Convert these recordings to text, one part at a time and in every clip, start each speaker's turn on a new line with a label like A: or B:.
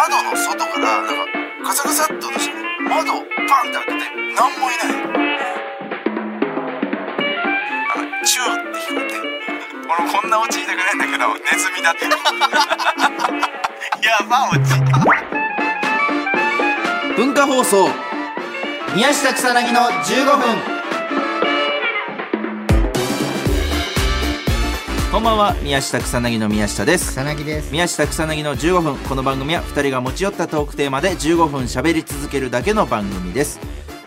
A: 男が、なんか、ガサガサっと私に窓をパンって開けて、何もいない。あの、チューって聞こえて、俺もこんなオチ言いたくないんだけど、ネズミだって。 やば、オチ。
B: 文化放送宮下草薙の15分こんばんは宮下草薙の宮下です
C: 草薙です
B: 宮下草薙の15分この番組は2人が持ち寄ったトークテーマで15分喋り続けるだけの番組です、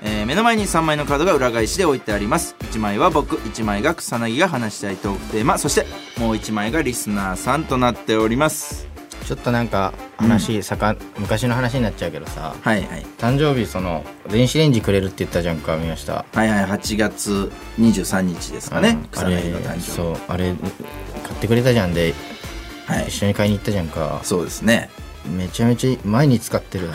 B: えー目の前に3枚のカードが裏返しで置いてあります1枚は僕1枚が草薙が話したいトークテーマそしてもう1枚がリスナーさんとなっております
C: ちょっとなんか話、さか昔の話になっちゃうけどさ
B: はいはい
C: 誕生日その電子レンジくれるって言ったじゃんか宮下
B: はいはい8月23日ですかね
C: うん
B: 草薙の誕
C: あれ
B: 生日
C: そうあれ買ってくれたじゃんで
B: はい
C: 一緒に買いに行ったじゃんか
B: そうですね
C: めちゃめちゃ毎日使ってる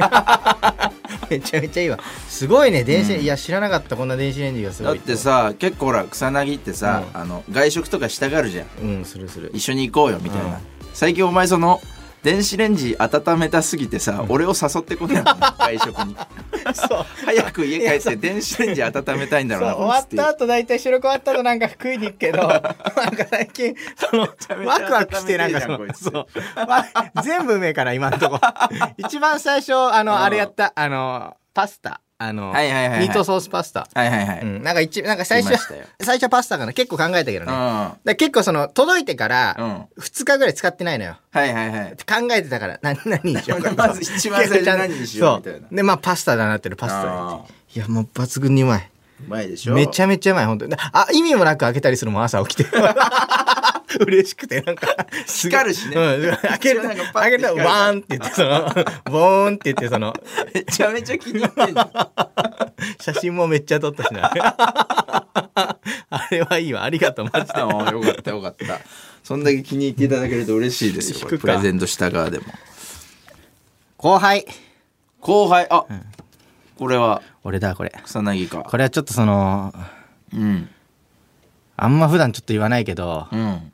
C: あ れめちゃめちゃいいわすごいね電子レンジ、いや知らなかったこんな電子レンジがすご
B: だ
C: い
B: っ
C: って
B: さ結構ほら草薙ってさ、
C: う
B: あの外食とかしたがるじゃん
C: うんするする
B: 一緒に行こうよみたいな、
C: うん
B: 最近お前その電子レンジ温めたすぎてさ、俺を誘って こないの外食に
C: そう
B: 早く家帰って電子レンジ温めたいんだろうな
C: そう終わっ
B: つ
C: た後大体収録終わった後なんか食いに行くけ どなんか最近その
B: ゃめちゃ
C: ワクワクしてなんかそ
B: 温め
C: の
B: てるじゃん
C: そうわ全部うめえから今ん とこ一番最初あ
B: うん
C: のあれやったあのパスタあのミ
B: はいはいはいはい
C: ートソースパスタ
B: はいはいはい、
C: う
B: うん
C: んなんか一なんか最
B: 言い
C: 初
B: ましたよ
C: 最初パスタかな結構考えたけどねだから結構その届いてから
B: うん
C: 2日ぐらい使ってないのよ
B: はいはいはい
C: 考えてたから何何にしようか
B: まず一番最初何にしようみたいな
C: そでまあパスタだなってるパス
B: あ
C: タいやもう抜群にうまいう
B: まいでしょ
C: めちゃめちゃうまい本当にあ意味もなく開けたりするもん朝起きて 嬉しくてなんかすごい
B: 光るしね
C: うん、開け
B: 一
C: る
B: 応
C: と
B: なんかパッ
C: 開
B: て
C: けると
B: 光る
C: ワーンって言ってその ボーンって言ってその
B: めちゃめちゃ気に入ってんじゃん
C: 写真もめっちゃ撮ったしな あれはいいわありがとうマジで
B: ああよかったよかったそんだけ気に入っていただけると嬉しいですよこれ
C: 引く
B: プ
C: か
B: レゼントした側でも
C: 後輩
B: 後輩あ、これは
C: 俺だこれ
B: 草薙か
C: これはちょっとその
B: うん
C: あんま普段ちょっと言わないけど
B: うん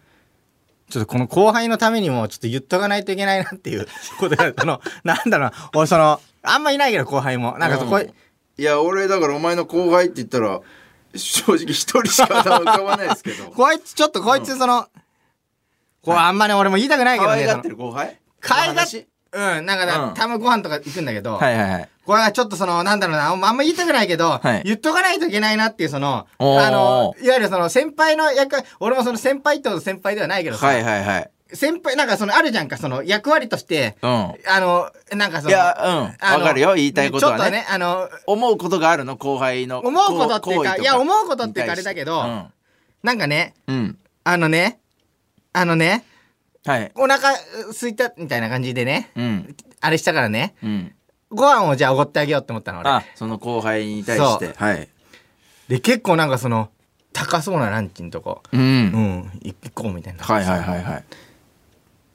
C: ちょっとこの後輩のためにもちょっと言っとかないといけないなっていうことがそのなんだろうな俺そのあんまいないけど後輩もなんかそこ、
B: うんいや俺だからお前の後輩って言ったら正直一人しか頭浮かばないですけ ど
C: こいつちょっとこいつその、こうあんまね俺も言いたくないけ
B: 可
C: ど
B: 愛
C: ね
B: がってる後輩
C: 可愛がっ
B: の話
C: うんなんかだ、
B: うん
C: たまご飯とか行くんだけど、
B: はいはいはい
C: これがちょっとそのなんだろうなあんまあんま言いたくないけど、
B: はい
C: 言っとかないといけないなっていうそのあ
B: おー
C: のいわゆるその先輩の役俺もその先輩ってほど先輩ではないけどさ、
B: はいはいはい
C: 先輩なんかそのあるじゃんかその役割として
B: う
C: あのなんかそ
B: んい
C: の
B: やうん
C: あ
B: わ
C: の
B: かるよ言いたいことは
C: ちょっと
B: ね
C: ねあの
B: 思うことがあるの後輩の
C: 思うことっていうか
B: 行為
C: いや思うことっていうかあれだけ
B: に
C: ど
B: 対して
C: なんかね
B: うん、うん、
C: あのねあのね
B: はい
C: お腹う空いたみたいな感じでね
B: うん
C: あれしたからね
B: うん
C: ご飯をじゃあおごってあげようって思ったの俺
B: あその後輩に対してはい
C: で結構なんかその高そうなランチのとこ
B: うん、
C: うん行こうみたいな
B: はいはいはいはい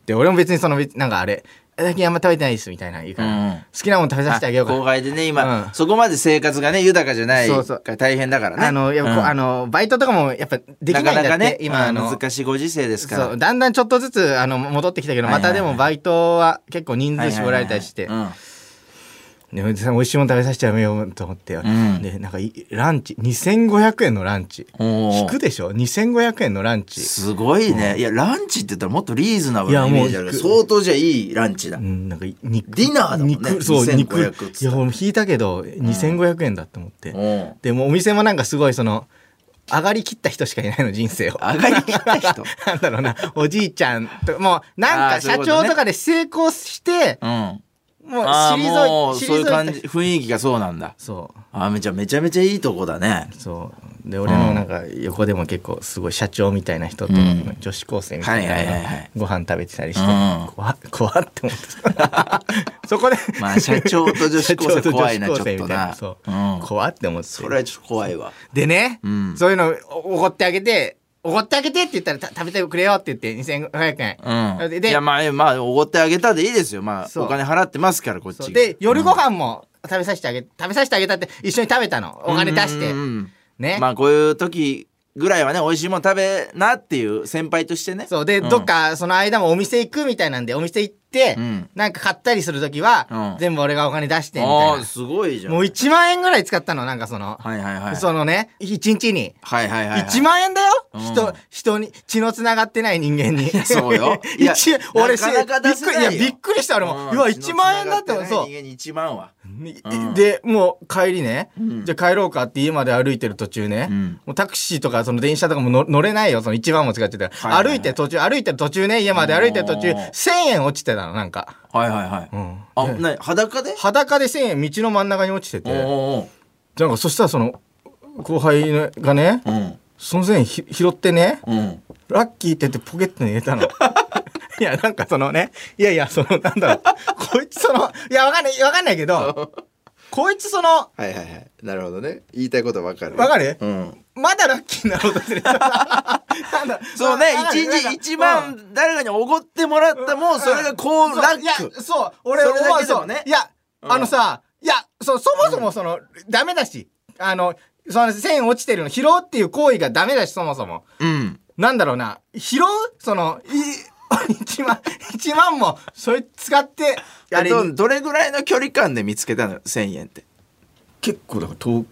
C: で俺も別にその別なんかあれ最近あんま食べてないですみたいな言うから、
B: うん
C: 好きなもの食べさせてあげようか
B: 後輩でね今、
C: うん
B: そこまで生活がね豊かじゃない
C: そうそう
B: から大変だからね
C: あのやっぱこう、
B: うん
C: あのバイトとかもやっぱできないんだ
B: な
C: って
B: かなかね
C: 今あの
B: 難しいご時世ですから
C: そうだんだんちょっとずつあの戻ってきたけど、
B: はいはい
C: またでもバイトは結構人
B: はいはいは
C: 数
B: い
C: 絞られたりして、
B: うん
C: でおじさん美味しいもの食べさせてあげようと思って、
B: ん
C: でなんかいランチ2500円のランチ
B: おー
C: 引くでしょ2500円のランチ
B: すごいね、いやランチって言ったらもっとリーズナブルないイ
C: や
B: メ
C: もう
B: ージあるけど相当じゃあいいランチだ、
C: うん、なんか肉
B: ディナーだもんね
C: 肉そう
B: 2500
C: 肉
B: っつった
C: いや俺も引いたけど2500円だって思って、
B: おう
C: でもうお店もなんかすごいその上がりきった人しかいないの人生を
B: 上がりきった人
C: なんだろうなおじいちゃんともうな
B: あ
C: ん
B: ー
C: か
B: そうい
C: 社
B: うことね
C: 長とかで成功して
B: うんあ
C: もう
B: あーも
C: 退
B: う
C: い
B: そういう
C: 退
B: 感
C: い
B: じ
C: た
B: 雰囲気がそうなんだ
C: そ
B: あーめちゃめちゃめちゃいいとこだね
C: うそうで俺のなんか横でも結構すごい社長みたいな人と
B: ん
C: 女子高生みたい
B: は
C: ない
B: はいはい
C: の
B: はい
C: ご飯食べてたりし
B: う
C: て
B: ん
C: 怖っ怖っって思って たそこで
B: まあ社長と女子高生怖いなちょ
C: 社長
B: っ
C: 女子
B: と
C: 高生みたい
B: な
C: そ
B: う
C: う
B: ん、
C: 怖って思って
B: それはちょっと怖いわ
C: でね、
B: うん
C: そういうのおおごってあげておごってあげてって言ったらた食べてくれよって言って2500円、
B: うん
C: で
B: いやまあまあおごってあげたでいいですよまあ
C: そう
B: お金払ってますからこっ
C: そう
B: ち
C: で夜ご飯も食べさせてあげ食べさせてあげたって一緒に食べたのお金出し
B: うんうん
C: て
B: うん
C: ね、
B: まあこういう時ぐらいはね美味しいもん食べなっていう先輩としてね
C: そうで、
B: ん
C: どっかその間もお店行くみたいなんでお店行っって、
B: うん
C: なんか買ったりするときは、
B: うん
C: 全部俺がお金出してみ
B: あ
C: たい
B: あすごいじゃ
C: なんもう1万円ぐらい使ったのなんかその、
B: はいはいはい
C: そのね1日に
B: はいはいはいはい
C: 1万円だよ、
B: うん
C: 人人に血のつながってない人間に
B: やそうよいや
C: 一俺
B: なかなか出せないよ
C: びっくりいやびっくりした俺も、うわ1万円だってそう
B: 人間に1万はうん
C: でもう帰りね、
B: うん
C: じゃあ帰ろうかって家まで歩いてる途中ね、
B: うん
C: もうタクシーとかその電車とかもの乗れないよその1万も使ってたから、
B: はいはいはい
C: 歩いてる途中歩いてる途中ね家まで歩いてる途中
B: おー
C: 1,000円落ちてたのなんか、
B: はいはいはい、
C: うん
B: あ
C: で
B: な裸で
C: 裸で1,000円道の真ん中に落ちて
B: おう
C: て
B: お
C: なんかそしたらその後輩のがね
B: うおううん
C: その1,000円ひ拾ってね
B: うん
C: ラッキーって言ってポケットに入れ たの。いや、なんかそのね、いやいや、その、なんだろう、こいつその、いや、わかんない、わかんないけど、こいつその、
B: はいはいはいなるほどね言いたいことわかる
C: わかる
B: うん
C: まだラッキーなこ とする。なんだ
B: そうね
C: なんか
B: 一
C: なんか
B: 日一万誰かにおごってもらったも
C: うん
B: んそれがこ
C: そうう
B: ラッ
C: いや
B: ク
C: そう、俺、
B: それだけ
C: 思う
B: で
C: そ
B: も
C: う
B: ね
C: いや、
B: うん
C: あのさ、いや、そう、そもそもその、ダメだし、あの、その線落ちてるの拾うっていう行為がダメだし、そもそも。
B: うん
C: なんだろうな、拾うその、い、 一万、一万も、それ使って、あ
B: あ
C: れ、
B: とどれぐらいの距離感で見つけたの1000円って
C: 結構だから遠く、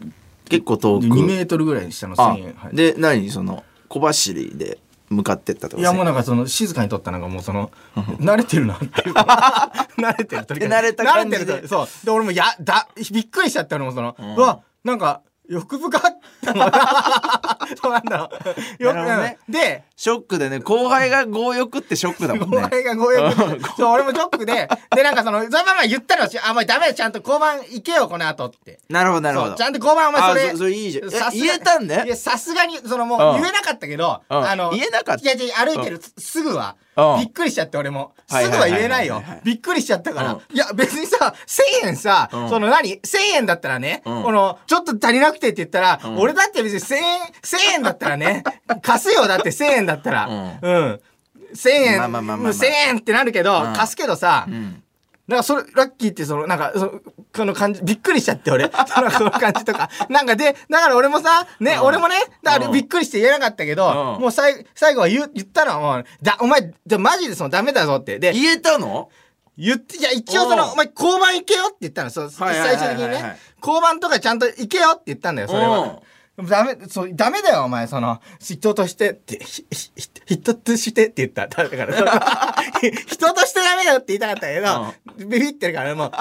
B: 結構遠く
C: 2メートルぐらい下の
B: あ
C: 1000円。はい
B: で何その小走りで向かってったとか
C: いやもうなんかその静かに撮ったなんかもうその慣れてる なっていう慣れてると
B: 慣れた感じで
C: 慣れてるとそうで俺もやだびっくりしちゃったのもその、
B: うん
C: うわなんか欲深っ そうなんだろうよく
B: なるほどね
C: で
B: ショックでね後輩が強欲ってショックだもん
C: 後
B: ね
C: 輩が強欲でそう俺もショックででなんかそのそのまま言ったらしあもうダメだちゃんと交番行けよこの後って
B: なるほどなるほ
C: そ
B: ど
C: うちゃんと交番お前それ
B: あそそれいいじゃんえ
C: さすが
B: 言えたんね
C: いやさすがにそのもう
B: うん
C: 言えなかったけど、
B: うん
C: あの
B: 言えなかった
C: いやいや歩いてるつすぐは、
B: うん
C: びっくりしちゃって俺もす
B: はい
C: ぐ
B: はいは
C: はい
B: はい
C: 言えないよ、
B: はいはい
C: びっくりしちゃったから、
B: うん
C: いや別にさ1000円さ、
B: うん
C: その何1000円だったらね、
B: うん
C: このちょっと足りなくてって言ったら、
B: ん
C: 俺だって別に1000円1000円だったら ね貸すよだって1000円だったらうん、1000円、
B: まあまあまあまあまあ
C: 1000円ってなるけど、
B: うん
C: 貸すけどさ、
B: うん
C: なんかそれラッキーってそのなんかそのこの感じびっくりしちゃっ て俺そのこの感じとかなんかでだから俺もさね、
B: うん
C: 俺もねだから
B: うん
C: びっくりして言えなかったけど、
B: うん
C: もうさい最後は言う言ったらもうだお前だマジでそのダメだぞってで
B: 言えたの
C: 言っていや一応そ
B: うん
C: のお前交番行けよって言ったのそう
B: はい
C: 最
B: はいはいはい
C: 終的に
B: はい
C: ね交番とかちゃんと行けよって言ったんだよそれは。ダメ、そう、ダメだよ、お前、その、人としてって、ひひひ人としてって言った。だから、その 人としてダメだよって言いたかったけど、ビビってるから、もう。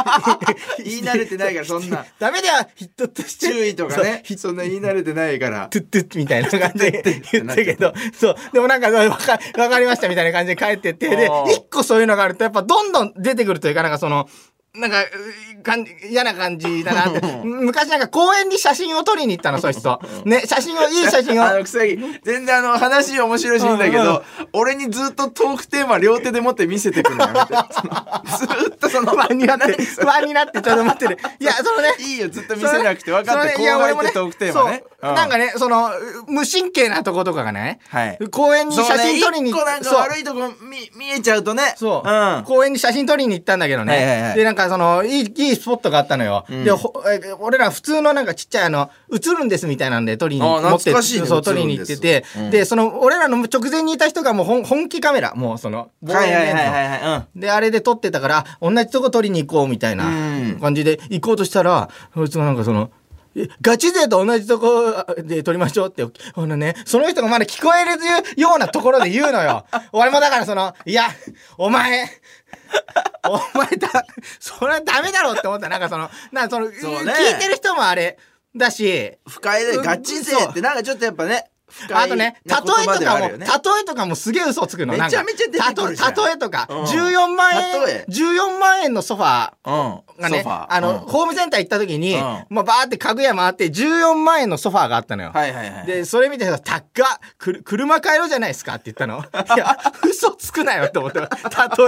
B: 言い慣れてない からそん な
C: ダメだよ、人として。
B: 注意とかね
C: そうひ
B: そんな言い慣れてないから
C: トゥットゥッみたいな感じで
B: トゥ
C: 言
B: ットゥッ
C: っ
B: ってな
C: た
B: っちゃ
C: けど、そう。でもなんか、わか、わかりましたみたいな感じで帰ってって、で
B: あ、ー
C: 一個そういうのがあると、やっぱどんどん出てくるというか、なんかその、なんか、う感じ嫌な感じだなって。昔なんか公園に写真を撮りに行ったの、そういう人。ね、写真を、いい写真
B: あの
C: を。
B: 草木全然あの話面白いしいんだけ
C: うんうん
B: ど俺にずっとトークテーマ両手で持って見せてくるのやめて そのずっとその
C: 不安になって、
B: 何そ
C: 不安になって、ちょっと 待ってる。いや、そのね。
B: いいよずっと見せなくて分かって後
C: それそれ
B: 輩ってトークテーマね
C: いや俺もそう
B: う
C: なんかね、その、無神経なとことかがね、
B: はい
C: 公園に
B: そうね
C: 写真撮りに
B: 一個なんか
C: そう
B: 悪いとこ見見えちゃうとね
C: そう、
B: ん
C: 公園に写真撮りに行ったんだけどね、
B: はいはいはい
C: でなんかそのいいいいスポットがあったのよ、
B: ん
C: でほえ俺ら普通のなんかちっちゃいあの映るんですみたいなんで撮りに
B: あー
C: 持って
B: 懐かしいね
C: そう撮りに行って
B: 映るん
C: て
B: です
C: で,、
B: うん
C: その俺らの直前にいた人がもう本本気カメラもうその望
B: はい
C: 遠
B: はい
C: レンズの
B: はいはいはいうん
C: であれで撮ってたから同じとこ撮りに行こうみたいな
B: うん
C: 感じで行こうとしたらそいつがなんかそのえガチ勢と同じとこで撮りましょうってあのねその人がまだ聞こえるようなところで言う のよ俺もだからそのいやお前お前だそれはダメだろうって思ったなんかそのなんかその
B: そうね
C: 聞いてる人もあれだし
B: 不快で
C: うん
B: ガチ勢ってなんかちょっとやっぱね不快
C: あとね、例
B: な
C: え
B: 言葉
C: と
B: では
C: か
B: あ
C: も、
B: るよ
C: 例
B: ね
C: えとかもすげえ嘘をつくの。なんか
B: めちゃめちゃ出てくるじゃん
C: たと例えとか、
B: うん
C: 14万
B: 例え
C: 円、14万円のソファー
B: うん
C: がね
B: ソファー、
C: あの、
B: うん
C: ホームセンター行った時に、
B: うん
C: まあ、バーって家具屋回って14万円のソファーがあったのよ。
B: はいはいはい
C: で、それ見てさ、たっか、くる車買えろじゃないですかっ て言ったの。いや、嘘つくなよって思った。例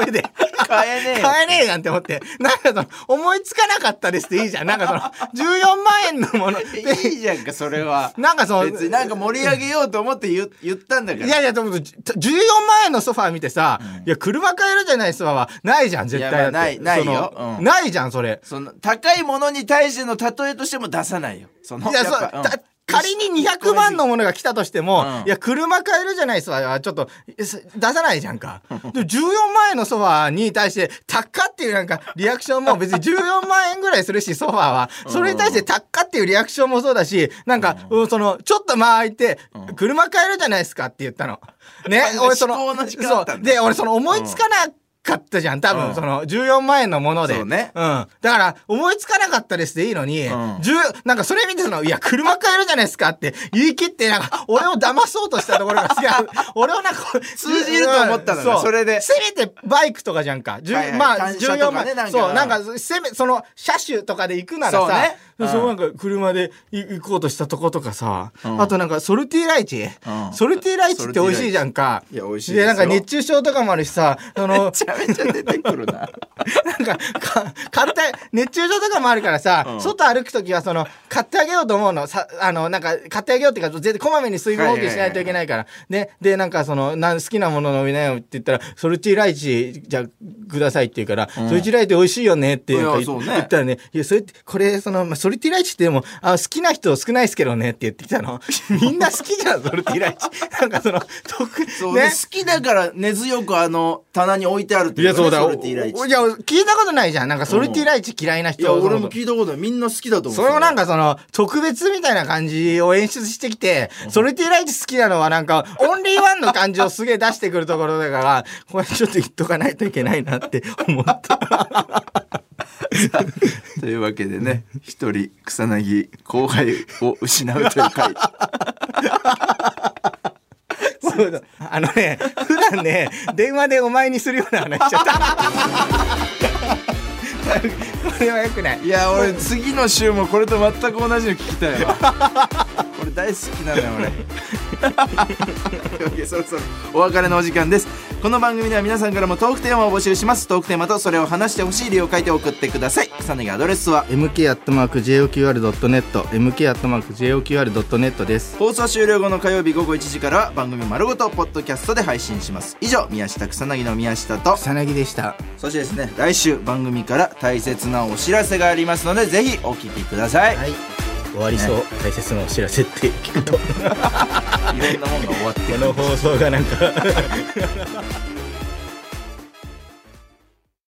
C: えで。
B: 買えねえよ
C: 買えねえなんて思って。なんかその、思いつかなかったですっていいじゃん。なんかその、14万円のも の。
B: いいじゃんかそれは
C: なんかその、
B: 別になんか盛り上げようと思って言言ったんだから
C: いやいや、でも、じ14万円のソファー見てさ、いや、車買えるじゃないソファーは、ないじゃん、絶対だって。
B: いやまあないないよ
C: その
B: うん
C: ないじゃん、それ。
B: その高いものに対しての例えとしても出さないよその
C: いや、
B: や
C: そう、
B: っぱうん
C: た仮に200万のものが来たとしても、
B: うん
C: いや、車買えるじゃないですわ。ちょっと、えす出さないじゃんか。で14万円のソファーに対して、高っっていうなんか、リアクションも別に14万円ぐらいするし、ソファーは。それに対して、高っっていうリアクションもそうだし、なんか、うんその、ちょっと間空いて、車買えるじゃないですかって言ったの。ね
B: う、ん
C: 俺その、
B: 思考の時間だ
C: そ
B: ったん
C: う。
B: だ
C: で、俺その思いつかなかったじゃん。多
B: うん
C: 分、その、14万円のもので。
B: そうね
C: うん。だから、思いつかなかったですでいいのに、
B: うん
C: 十なんかそれ見てその、いや、車買えるじゃないですかって言い切って、なんか、俺を騙そうとしたところが好 きな俺をなんか、
B: 通じると思ったのよ
C: う
B: それで
C: せめてバイクとかじゃんか。十
B: はいはい
C: まあ、
B: 単車
C: 14
B: とか
C: 万、
B: ねなんか
C: そう、なんか、せめ、その、車種とかで行くなら
B: そう
C: さ、
B: ねうん
C: そうなんか、車で行こうとしたとことかさ、
B: うん
C: あとなんか、ソルティライチ、
B: ん
C: ソルティライチって美味しいじゃんか。
B: いや美味しいです
C: で、
B: よ
C: なんか熱中症とかもあるしさ、その
B: め、ちゃめちゃ出てくるな
C: なんか、か、買って、熱中症とかもあるからさ、
B: うん
C: 外歩くときは、その、買ってあげようと思うの。さ、あの、なんか、買ってあげようっていうか、絶対こまめに水分補給しないといけないから。ね。で、なんか、その、なん好きなもの飲みなよって言ったら、ソルティライチ、じゃあ、くださいって言うから、ソルティライチ美味しいよねってなんか
B: いやそうね
C: 言ったらね、いや、それって、これ、その、まあ、ソルティライチってでも、あ、好きな人少ないですけどねって言ってき たの。みんな好きじゃん、ソルティライチ。なんか、その、特、
B: そう、ね、好きだから根強くあの棚に置いてあるって
C: い
B: いう
C: や、
B: かね
C: そうだ。
B: ソルティライチ
C: おいや、聞いたことないじゃん。なんか、ソルティライチ嫌いな人。
B: いや
C: そ
B: 俺
C: そ
B: も聞いたことないみんな好きだと思う
C: それをなんかその、特別みたいな感じを演出してきて、ソルティライチ好きなのはなんか、オンリーワンの感じをすげえ出してくるところだから、これちょっと言っとかないといけないなって 思った。
B: というわけでね一人草薙後輩を失うという回
C: そうだあのね、普段ね、電話でお前にするような話 しちゃった。これは良くない。
B: いや俺次の週もこれと全く同じの聞きたいわ これ大好きなのよ 俺というわけでそろそろお別れのお時間ですこの番組では皆さんからもトークテーマを募集しますトークテーマとそれを話してほしい理由を書いて送ってください草薙アドレスは
C: mk.joqr.net、mk.joqr.net です。
B: 放送終了後の火曜日午後1時からは番組丸ごとポッドキャストで配信します以上宮下草薙の宮下と
C: 草薙でした。
B: そしてですね来週番組から大切なお知らせがありますのでぜひお聞きください、
C: はい。終わりそう、大切なお知らせって聞くと、こ
B: い、ろんなものが終わって
C: の放送がなんか。